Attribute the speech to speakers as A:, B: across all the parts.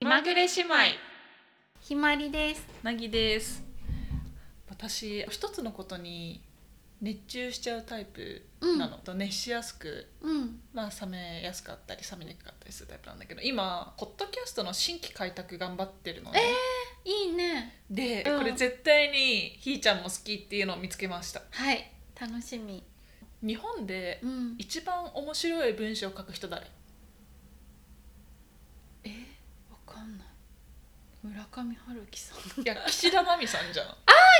A: まぐれ姉妹
B: ひまりです
A: なぎです私一つのことに熱中しちゃうタイプ
B: うん
A: なの、と熱しやすく
B: うん
A: まあ冷めやすかったり冷めにくかったりするタイプなんだけど今ポッドキャストの新規開拓頑張ってるのね、
B: いいね
A: で、
B: うん
A: これ絶対にひーちゃんも好きっていうのを見つけました
B: はい楽しみ
A: 日本で
B: うん
A: 一番面白い文章を書く人誰
B: えわかんない村上春樹さんあ岸
A: いや岸田真美さん じゃん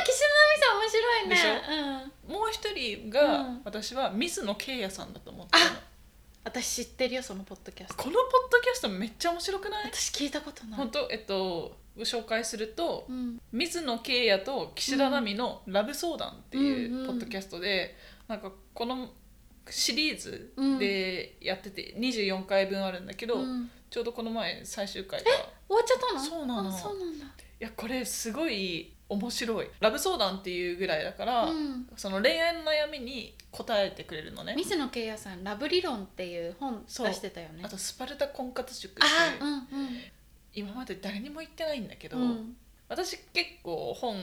B: 波さん面白いねうん
A: もう一人が、
B: うん
A: 私は水野圭也さんだと思ってるの
B: 私知ってるよそのポッドキャスト
A: このポッドキャストめっちゃ面白くない
B: 私聞いたことない
A: 本当えっとご紹介すると
B: うん
A: 水野圭也と岸田奈美の「ラブ相談」って
B: ん
A: いううんポッドキャストで、なんかこのシリーズ
B: うん
A: でやってて24回分あるんだけど、
B: うん
A: ちょうどこの前最終回が
B: 終わっちゃったの
A: そうなの
B: あそうなんだ
A: いやこれすごい面白いラブ相談っていうぐらいだから、
B: うん
A: その恋愛の悩みに答えてくれるのね
B: 水野圭也さん「ラブ理論」っていう本
A: そう
B: 出してたよね
A: あとスパルタ婚活塾って
B: あ
A: いう
B: うんうん
A: 今まで誰にも言ってないんだけど、
B: うん
A: 私結構本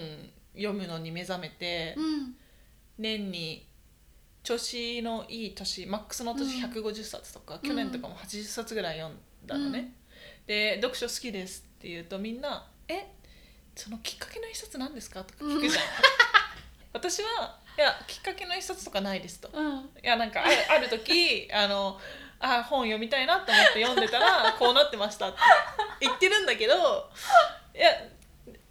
A: 読むのに目覚めて、
B: うん
A: 年に調子のいい年マックスの年
B: うん
A: 150冊とか、去年とかも80冊ぐらい読んだのね、で読書好きですって言うとみんな「えそのきっかけの一冊何ですか?」とか聞 くじゃん。私は「いやきっかけの一冊とかないです」と。
B: うん
A: いやなんかあるある時あのあ本読みたいなと思って読んでた らこうなってましたって言ってるんだけどいや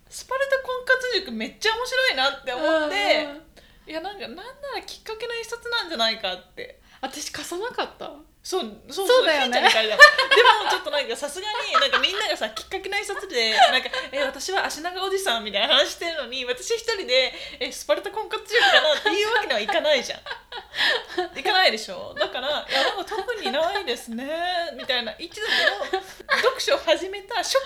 A: スパルタ婚活塾めっちゃ面白いなって思って、
B: うんうん
A: いやなんかなんならきっかけの一冊なんじゃないかって
B: 私貸さなかった
A: そうそう
B: そうだよ
A: ひー
B: ね
A: ちゃんみたいだでもちょっとなんかさすがになんかみんながさきっかけの一冊でなんかえ私は足長おじさんみたいな話してるのに私一人でえスパルタ婚活塾かなっていうわけにはいかないじゃんいかないでしょだからいやなんか特にないですねみたいな言ってたけど読書を始めた初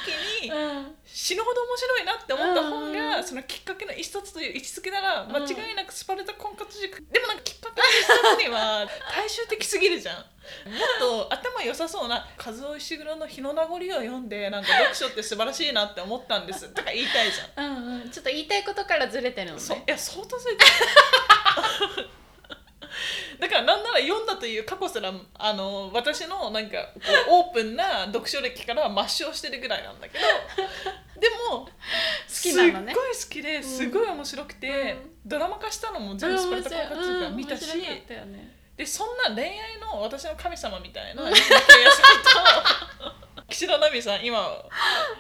A: 期に
B: うん
A: 死ぬほど面白いなって思った本
B: うんうん
A: が、
B: うん
A: そのきっかけの一冊という位置づけなら
B: うん
A: 間違いなくスパルタ婚活塾、でもなんかきっかけの一冊に は大衆的すぎるじゃんもっと頭良さそうな「和尾石黒の日の名残」を読んでなんか読書って素晴らしいなって思ったんですとか言いたいじゃん
B: うんうんちょっと言いたいことからずれてるの
A: そうい
B: ね
A: や相当そ れてるだからなんなら読んだという過去すらあの私のなんかこ うオープンな読書歴から抹消してるぐらいなんだけどでも好
B: きなのね
A: すっごい好きで
B: ん
A: すごい面白くて、ドラマ化したのも全部スパルタ婚活とか見たし、
B: うん面白かったよね
A: でそんな恋愛の私の神様みたいな西野圭也さんと 岸田奈美さん今、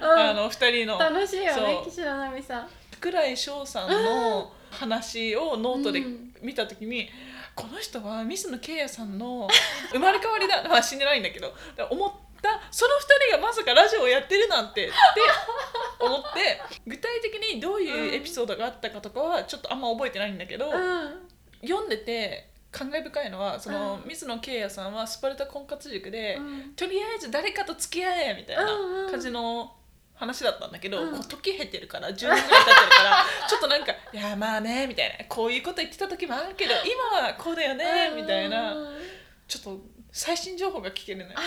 A: あの二人の
B: 楽しいよね
A: そう
B: 岸田奈美さん
A: 福来翔さんの話をノートで
B: うん
A: 見た時に、この人は水野圭也さんの生まれ変わりだ、ま あ、死んでないんだけどだ思ったその2人がまさかラジオをやってるなん てって思って具体的にどういうエピソードがあったかとかはちょっとあんま覚えてないんだけど、
B: うん
A: 読んでて感慨深いのはその、
B: うん
A: 水野圭也さんはスパルタ婚活塾で、
B: うん
A: とりあえず誰かと付き合えみたいな
B: うんうん
A: 感じの話だったんだけど、
B: うん
A: こう時経ってるから10年ぐらい経ってるから ちょっとなんか「いやまあね」みたいなこういうこと言ってた時もあるけ ど今はこうだよねみたい
B: うん
A: な
B: うんうん
A: ちょっと最新情報が聞けるね
B: あ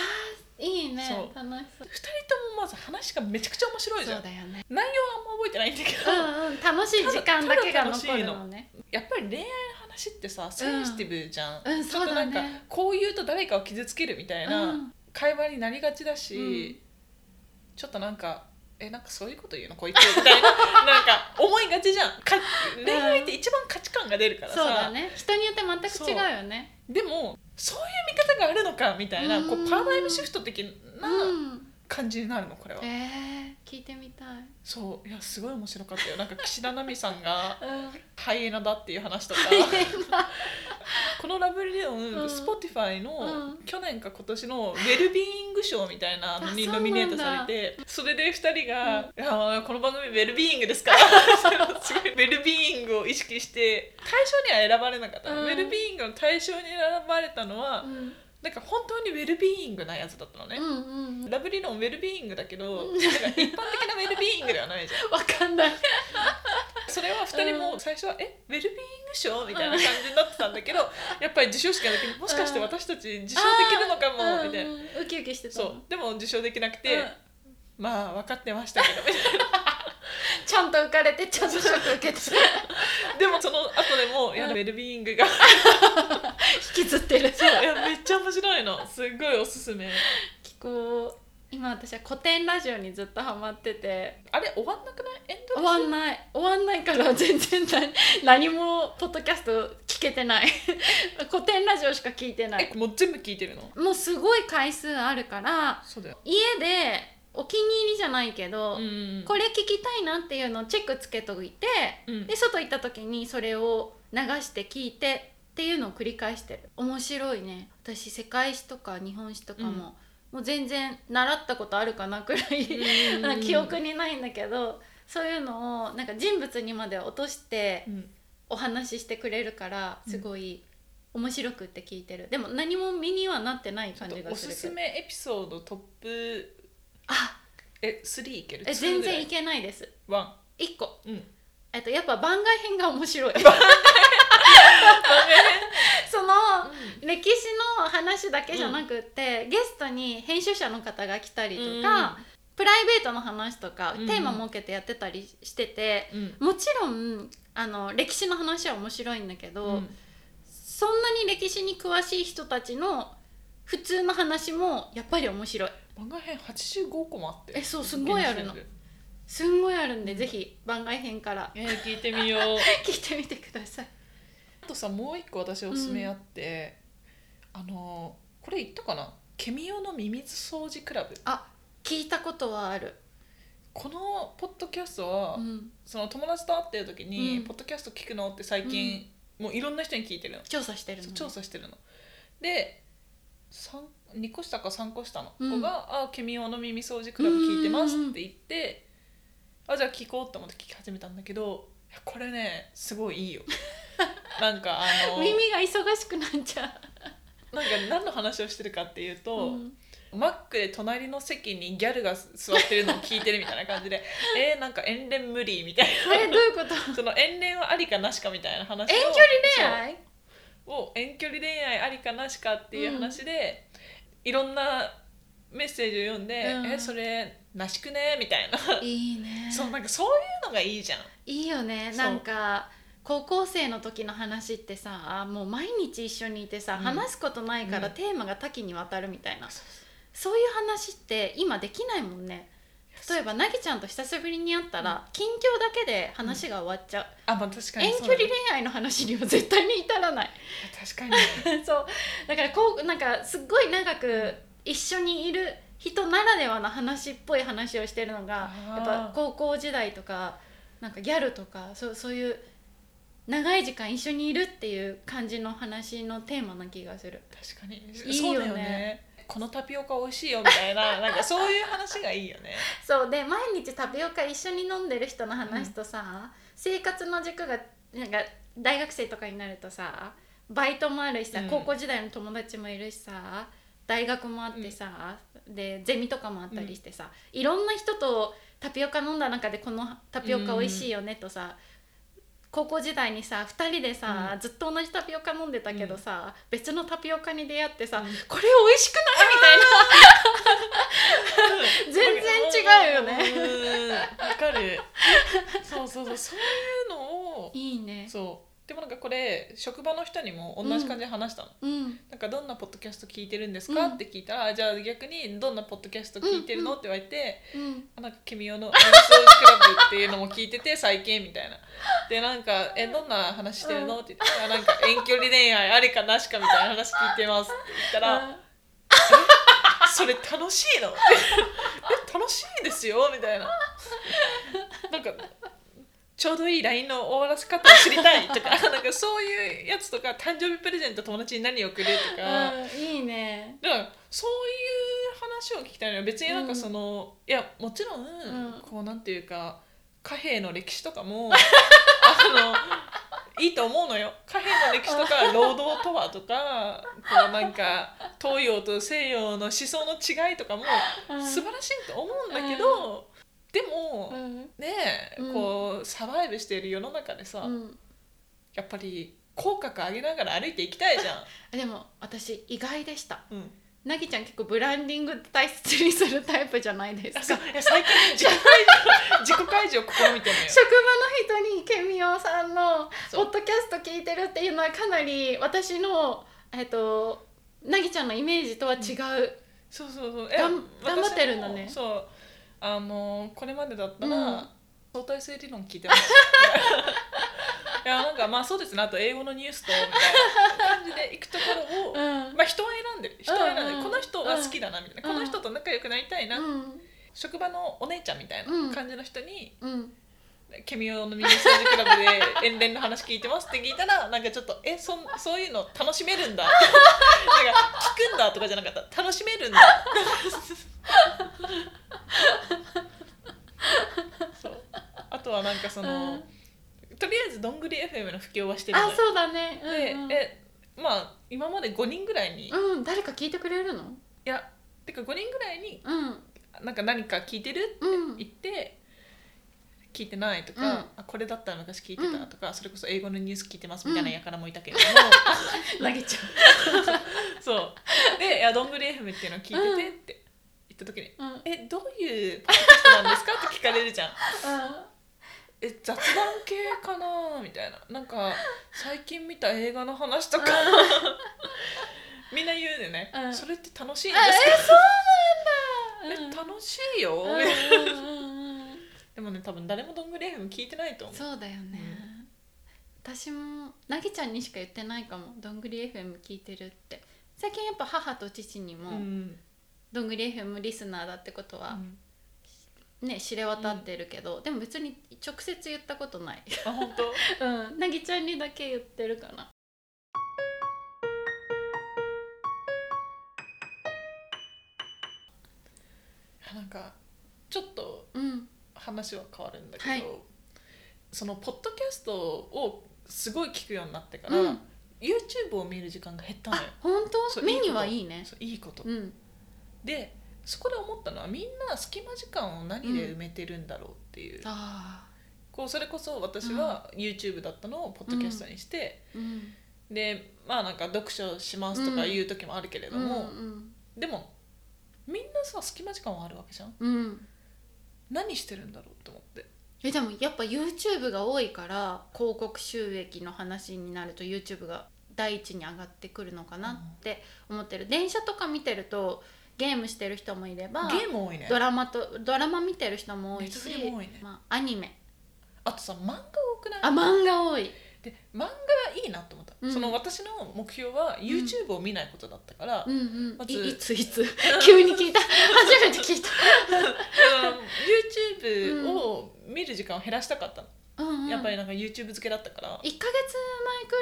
B: いいね
A: そう
B: 楽しそう
A: 2人ともまず話がめちゃくちゃ面白いじゃん
B: だよね
A: 内容はあんま覚えてないんだけど、
B: うんうん楽しい時間だけが残るのね
A: やっぱり恋愛の話ってさセンシティブじゃん、
B: うんうん
A: ちょっとなんか、
B: そうだね
A: こう言うと誰かを傷つけるみたい
B: うん
A: な会話になりがちだし、
B: うん
A: ちょっとなんかえなんかそういうこと言うのこいつみた いななんか思いがちじゃんか恋愛って一番価値観が出るからさ、
B: そうだね人によって全く違うよね
A: でもそういう見方があるのかみたいな、こ
B: う
A: うんパラダイムシフト的
B: う
A: なん感じになるのこれは、
B: えー聞いてみたい
A: そういやすごい面白かったよなんか岸田奈美さんが
B: うん
A: ハイエナだっていう話 とかこのラブリオン、
B: うん
A: Spotify
B: う
A: の
B: ん
A: 去年か今年のウェルビーイング賞みたいなのにノ
B: あそうなんだ
A: ミネートされてそれで2人が
B: うん
A: 「いやこの番組ウェルビーイングです から」すごいウェルビーイングを意識して対象には選ばれなかったの、
B: うん
A: ウェルビーイングの対象に選ばれたのは、
B: うん
A: なんか本当にウェルビーイングなやつだったのね、
B: うんうんうん
A: ラブリーのウェルビーイングだけど、
B: うん
A: なんか一般的なウェルビーイングではないじゃん
B: わかんない
A: それは2人も最初は「えウェルビーイング賞?」みたいな感じになってたんだけどやっぱり授賞式の時にもしかして私たち受賞できるのかもみたいな
B: なウキウキしてた
A: そうでも受賞できなくて
B: うん
A: まあ分かってましたけ ど
B: ちゃんと浮かれてちゃんとショック受けて
A: でもその後でもいや
B: うん
A: ウェルビーイングがい
B: 引きずってる
A: やめっちゃ面白いのすっごいおすすめ
B: 気候今私は古典ラジオにずっとハマってて
A: あれ終わんなくないエンドレス
B: 終わんない終わんないから全然 何何もポッドキャスト聞けてない 古典ラジオしか聞いてない
A: えもう全部聞いてるの
B: もうすごい回数あるから
A: そうだよ
B: 家でお気に入りじゃないけど、
A: うん
B: これ聞きたいなっていうのをチェックつけといて
A: うん
B: で外行った時にそれを流して聞いてっていうのを繰り返してる面白いね私世界史とか日本史とかも、
A: うん
B: もう全然習ったことあるかなくらい、
A: うん
B: なんか記憶にないんだけどそういうのをなんか人物にまで落として
A: うん
B: お話ししてくれるから
A: うん
B: すごい面白くって聞いてるでも何も身にはなってない
A: ちょっ
B: 感じ
A: と
B: が
A: お
B: する
A: す
B: けど
A: すめエピソードトップ
B: あ
A: え3いける
B: え全然いけないです
A: ワ
B: 1個
A: ンうん
B: えっとやっぱ番外編が面白い その歴史の話だけじゃなくって、ゲストに編集者の方が来たりとか、プライベートの話とか、
A: うん
B: テーマ設けてやってたりしてて
A: うん
B: もちろんあの歴史の話は面白いんだけど、
A: うん
B: そんなに歴史に詳しい人たちの普通の話もやっぱり面白い
A: 番外編85個もあって
B: えそうすごいあるのすんごいあるんで、ぜひ番外編から
A: えー聞いてみよう
B: 聞いてみてください
A: あとさもう一個私おすすめあって、あのーこれ言ったかなケミオのミミズ掃除クラブ
B: 聞いたことはある、
A: このポッドキャストは、
B: うん、
A: その友達と会ってる時に、
B: うん
A: ポッドキャスト聞くのって最近、もういろんな人に聞いてるの、
B: 調査してる
A: そ
B: の
A: う
B: ね
A: 調査してるので2個下か3個下の
B: うん
A: 子が「あケミオの耳掃除クラブ聞いてます」って言って、あじゃあ聞こうと思って聞き始めたんだけどいやこれねすご いいいよなんかあの
B: 耳が忙しくなっちゃ
A: なんか何の話をしてるかっていう
B: う、
A: と、
B: うん
A: マックで隣の席にギャルが座ってるのを聞いてるみたいな感じでえー、なんか遠恋無理みたい
B: えどういうこと
A: なその遠恋はありかなしかみたいな話を
B: 遠距離恋愛
A: を遠距離恋愛ありかなしかっていう話で、いろんなメッセージを読んで「
B: うん
A: えそれなしくね」みたいな、
B: いいね
A: そうなんかそういうのがいいじゃん。
B: いいよね
A: そう
B: なんか高校生の時の話ってさもう毎日一緒にいてさ、
A: うん
B: 話すことないから
A: うん
B: テーマが多岐にわたるみたいな、そういう話って今できないもんね例えばなぎちゃんと久しぶりに会ったら、近況だけで話が終わっちゃう、
A: あまあ確かに
B: 遠
A: そう
B: 距離
A: だ
B: 恋
A: ね
B: 愛の話には絶対に至ら ない
A: 確かに
B: そうだからこうなんかすっごい長く一緒にいる人ならではの話っぽい話をしてるのが
A: あー
B: やっぱ高校時代とかなんかギャルとかそうそういう長い時間一緒にいるっていう感じの話のテーマな気がする
A: 確かに
B: いい
A: そう
B: よね
A: だよねこのタピオカ美味しいよみたい ななんかそういう話がいいよね
B: そうで毎日タピオカ一緒に飲んでる人の話とさ、生活の軸がなんか大学生とかになるとさバイトもあるしさ、
A: うん
B: 高校時代の友達もいるしさ大学もあってさ、でゼミとかもあったりしてさ、いろんな人とタピオカ飲んだ中でこのタピオカ美味しいよねとさ、高校時代にさ2人でさ、
A: うん
B: ずっと同じタピオカ飲んでたけどさ、別のタピオカに出会ってさ、
A: うん
B: これ美味しくないみたいな 全然違うよね
A: うんわかるそうそうそうそういうのを
B: いいね
A: そうでもなんかこれ職場の人にも同じ感じで話したの、
B: うん
A: なんかどんなポッドキャスト聞いてるんですか、
B: うん
A: って聞いたらあじゃあ逆にどんなポッドキャスト聞いてるの、
B: うんう
A: って言われて
B: うん
A: あなんか君用のアンソージクラブっていうのも聞いてて 最近みたいなでなんかえどんな話してるのって言ってあなんか遠距離恋愛ありかなしかみたいな話聞いてますって言ったら、 それ楽しいの え楽しいですよみたいななんかちょうどいい LINE の終わらせ方を知りたいとか なんかそういうやつとか誕生日プレゼント友達に何を送るとか、
B: うん、いいね
A: だからそういう話を聞きたいのよ別になんかその、いやもちろん、
B: うん
A: こうなんていうか貨幣の歴史とか もあのいいと思うのよ貨幣の歴史とか労働とはとかこうなんか東洋と西洋の思想の違いとかも素晴らしいと思うんだけど、でも、
B: うん
A: ねえ
B: うん
A: こうサバイブしている世の中でさ、
B: うん
A: やっぱり口角上げながら歩いていきたいじゃん。
B: でも私意外でした
A: うん
B: なぎちゃん結構ブランディング大切にするタイプじゃないですか
A: そ
B: 職
A: うえ最近自己 開示自己開示を試みてるのよ
B: 場の人にケミオさんの
A: そ
B: ポ
A: う
B: ッドキャスト聞いてるっていうのはかなり私のえっとなぎちゃんのイメージとは違う、
A: そうそうそう
B: がん頑張ってるんだね
A: 私もそうあのこれまでだったら、
B: うん
A: 相対性理論聞いて ますいやなんかまあそうですねあと英語のニュースとみたいな感じで行くところを、
B: うん
A: まあ人を選んでる人を選んでる、
B: うんうん
A: この人は好きだなみたいな、
B: うん
A: この人と仲良くなりたいな、
B: うん
A: 職場のお姉ちゃんみたい
B: うん
A: な感じの人に
B: うん
A: 「ケミオのミニスージクラブ で遠恋の話聞いてます」って聞いたらなんかちょっと「えそんそういうの楽しめるんだ」 なんか聞くんだ」とかじゃなかった「楽しめるんだ」 そうあとはなんかその、とりあえずどんぐり FM の布教はしてるの
B: あ
A: よ
B: そうだね
A: で、
B: うんうん、
A: えまあ今まで5人ぐらいに、い
B: うん、誰か聞いてくれるの
A: やてか5人ぐらいに
B: うん
A: なんか何か聞いてる
B: うん
A: 行って聞いてないとか、
B: うん
A: あこれだったら昔聞いてたとか、それこそ英語のニュース聞いてます
B: う
A: み
B: ん
A: たいなやからもいたけれども、
B: なぎち
A: そうで「いやどんぐり FM っていうのを聞いてて」って言った時に
B: ゃん、うん
A: 「えどういうポッドキャストなんですか?」って聞かれるじゃん。え雑談系かなみたいななんか最近見た映画の話とかみんな言うでね、
B: うん
A: それって楽しいん
B: えー、
A: ですか、
B: そうなん
A: え
B: だ
A: 楽しいよ、
B: うんうんうんうん
A: でもね多分誰もどんぐり FM 聞いてないと思う
B: そうだよね、私もなぎちゃんにしか言ってないかも「どんぐり FM 聞いてる」って最近やっぱ母と父に
A: う
B: も
A: ん
B: 「どんぐり FM リスナーだ」ってこと
A: う
B: は
A: ん
B: ね知れ渡ってるけど、でも別に直接言ったことない
A: あ本当
B: うん なぎちゃんにだけ言ってるかな
A: なんかちょっと
B: うん
A: 話は変わるんだけど、
B: はい
A: そのポッドキャストをすごい聞くようになってから、
B: うん
A: YouTube を見る時間が減ったのよ
B: あ本
A: そ
B: 当
A: う
B: 目にはいいね
A: そういいこと、
B: うん
A: でそこで思ったのはみんな隙間時間を何で埋めてるんだろうっていう、
B: あ
A: こうそれこそ私は YouTube だったのをポッドキャストにして、
B: あうん
A: でまあなんか読書しますとかいう時もあるけれども、
B: うん
A: でもみんなさ隙間時間はあるわけじゃん
B: うん、うん、
A: 何してるんだろうと思って
B: えでもやっぱ YouTube が多いから広告収益の話になると YouTube が第一に上がってくるのかなって思ってる電車とか見てるとゲームしてる人もいれば
A: ゲーム多いね
B: ドラマとドラマ見てる人も多いし
A: Netflix も多いね
B: まあ、アニメ
A: あとさ漫画多くない
B: あ漫画多い
A: で漫画はいいなと思った、
B: うん
A: その私の目標は YouTube を見ないことだったから、
B: う
A: うん
B: んうん
A: まず
B: いいついつ 急に聞いた初めて聞いた
A: YouTube を見る時間を減らしたかったの、
B: うん、うん、
A: やっぱりなんか YouTube 付けだったから、
B: 1ヶ月前く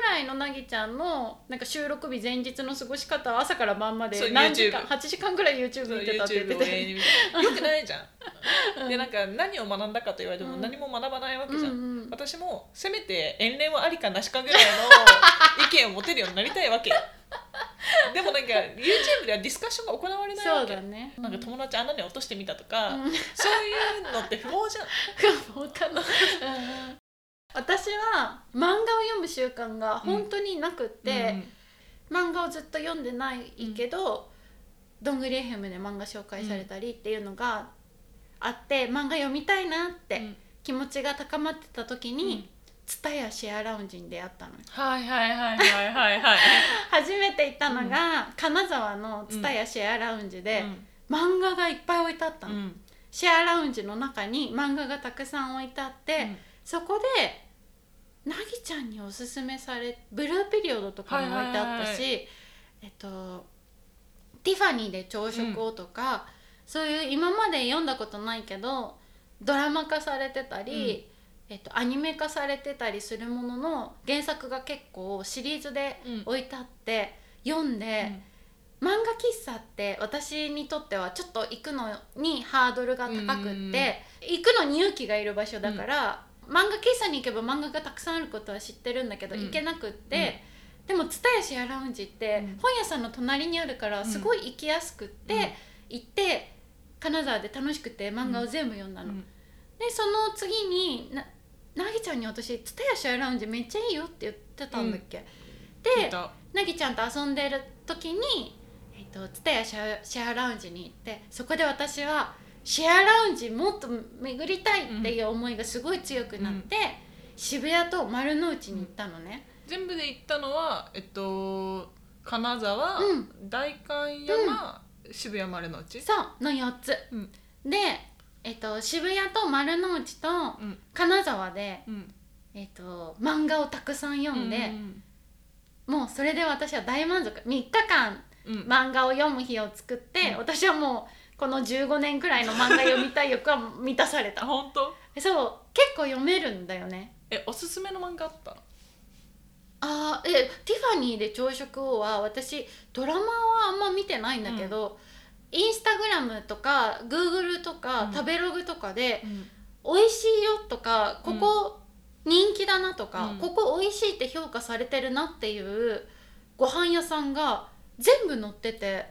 B: らいのなぎちゃんのなんか収録日前日の過ごし方は朝から晩ま
A: そう
B: で何時
A: YouTube
B: 間8時間くらい YouTube 見てたって言
A: YouTube
B: って
A: を永遠
B: て
A: に見てよくないじゃん、
B: うん
A: でなんか何を学んだかと言われても
B: うん
A: 何も学ばないわけ
B: う
A: じゃん、
B: んうん
A: 私もせめて遠恋はありかなしかぐらい の意見を持てるようになりたいわけよでもなんか YouTube ではディスカッションが行われない
B: そ
A: わ
B: う
A: け
B: だね
A: なんか友達穴に落としてみたとか、
B: うん
A: そういうのって不毛じゃん
B: わかんない 私は漫画を読む習慣が本当になくって、漫画をずっと読んでないけど、どんぐり FM で漫画紹介されたりっていうのがあって漫画読みたいなって気持ちが高まってた時
A: うん
B: に、ツタヤシェアラウンジに出会ったのよ
A: はいはいはいはいはいはい
B: 初めて行ったのが、金沢の蔦屋シェアラウンジで、漫画がいっぱい置いてあった
A: う
B: の、
A: ん
B: シェアラウンジの中に漫画がたくさん置いてあって、
A: うん
B: そこでなぎちゃんにおすすめされブルーピリオドとかも置いてあったし、
A: は
B: えっと「ティファニーで朝食を」とか、そういう今まで読んだことないけどドラマ化されてたり、えっと、アニメ化されてたりするものの原作が結構シリーズで
A: うん
B: 置いてあって、読んで。漫画喫茶って私にとってはちょっと行くのにハードルが高く
A: う
B: っ
A: ん
B: て行くのに勇気がいる場所だから、漫画喫茶に行けば漫画がたくさんあることは知ってるんだけど、
A: うん
B: 行けなくって、でも蔦屋シェアラウンジって
A: うん
B: 本屋さんの隣にあるから
A: ん
B: すごい行きやすくって、
A: うん
B: 行って金沢で楽しくて漫画を全部読んだの。
A: うん
B: でその次にななぎちゃんに私「蔦屋シェアラウンジめっちゃいいよ」って言ってたんだっけ、
A: 聞
B: で
A: いた
B: なぎちゃんと遊んでる時にえっと蔦屋シェアシェアラウンジに行ってそこで私はシェアラウンジもっと巡りたいっていう思いがすごい強くなって、渋谷と丸の内に行ったのね、
A: 全部で行ったのはえっと金沢、
B: う
A: 代官山、渋谷丸の内
B: そうの4つ、
A: うん
B: で、えっと渋谷と丸の内と
A: うん
B: 金沢で、
A: うん
B: えっと漫画をたくさん読んで、もうそれで私は大満足3日間
A: うんうん
B: 漫画を読む日を作って、
A: うん
B: 私はもうこの15年くらいの漫画読みたい欲は満たされ
A: あ
B: た
A: 本当
B: そう結構読めるんだよね
A: えおすすめの漫画あった
B: あーえティファニーで朝食をは私ドラマはあんま見てないんだけど、インスタグラムとかグーグルとか、
A: うん
B: 食べログとかで
A: うん
B: 「美味しいよ」とか「ここ人気だな」とか、
A: うん
B: ここ美味しい」って評価されてるなっていうご飯屋さんが全部載ってて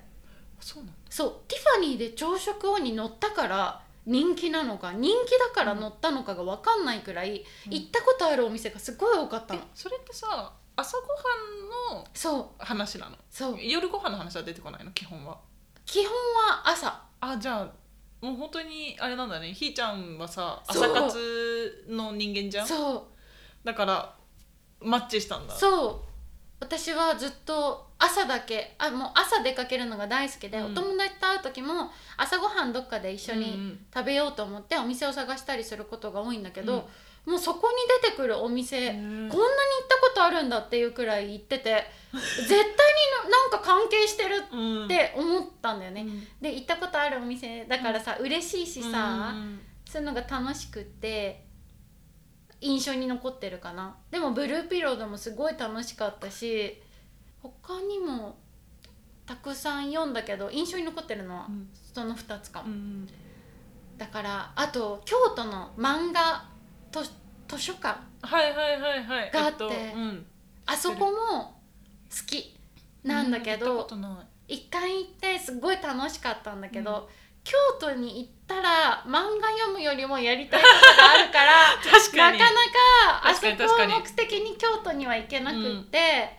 A: そうなんだ
B: そうティファニーで朝食をに乗ったから人気なのか人気だから乗ったのかが分かんないくらい、
A: うん
B: 行ったことあるお店がすごい多かった
A: え
B: の、
A: それってさ朝ごはんの
B: そう
A: 話なの
B: そう
A: 夜ご飯の話は出てこないの基本は
B: 基本は朝
A: あじゃあもう本当にあれなんだねひーちゃんはさ
B: そう
A: 朝活の人間じゃん
B: そう
A: だからマッチしたんだ
B: そう私はずっと朝だけあもう朝出かけるのが大好きで、
A: うん
B: お友達と会う時も朝ごはんどっかで一緒に、
A: うんうん
B: 食べようと思ってお店を探したりすることが多いんだけど、もうそこに出てくるお店、こんなに
A: うん
B: 行ったことあるんだっていうくらい行っ てて絶対にななんか関係してる
A: うん
B: って思ったんだよね。
A: うん
B: で行ったことあるお店だからさ、嬉しいしさ、
A: うん
B: そういうのが楽しくって印象に残ってるかな。でもブルーピロードもすごい楽しかったし他にもたくさん読んだけど印象に残ってるのは
A: うん
B: その2つかも
A: う。ん
B: だからあと京都の漫画と図書館
A: はいはいはいはい
B: があって
A: えとうん
B: あそこも好きなんだけ
A: うん行
B: ど
A: ったことない
B: 一回行ってすごい楽しかったんだけど、
A: うん
B: 京都に行ったら漫画読むよりもやりた いことがあるから
A: 確か
B: なか
A: に
B: なかあ
A: 確
B: そ
A: かに
B: こを目的に京都には行けなくって、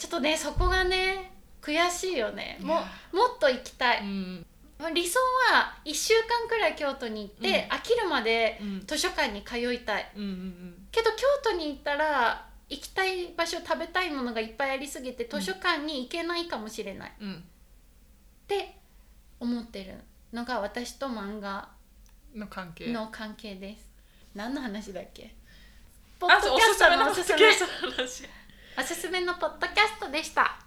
B: ちょっとねそこがね悔しいよねももっと行きたい、
A: うん
B: 理想は1週間くらい京都に行って、飽きるまで
A: うん
B: 図書館に通いたい
A: うんうん
B: けど京都に行ったら行きたい場所食べたいものがいっぱいありすぎて図書館に行けないかもしれないっ
A: うんうん
B: て思ってるのが私と漫画
A: の関係
B: の関係です何の話だっけポ
A: あそうおすすめの
B: おすす
A: 関
B: め
A: 係そう話
B: おすすめのポッドキャストでした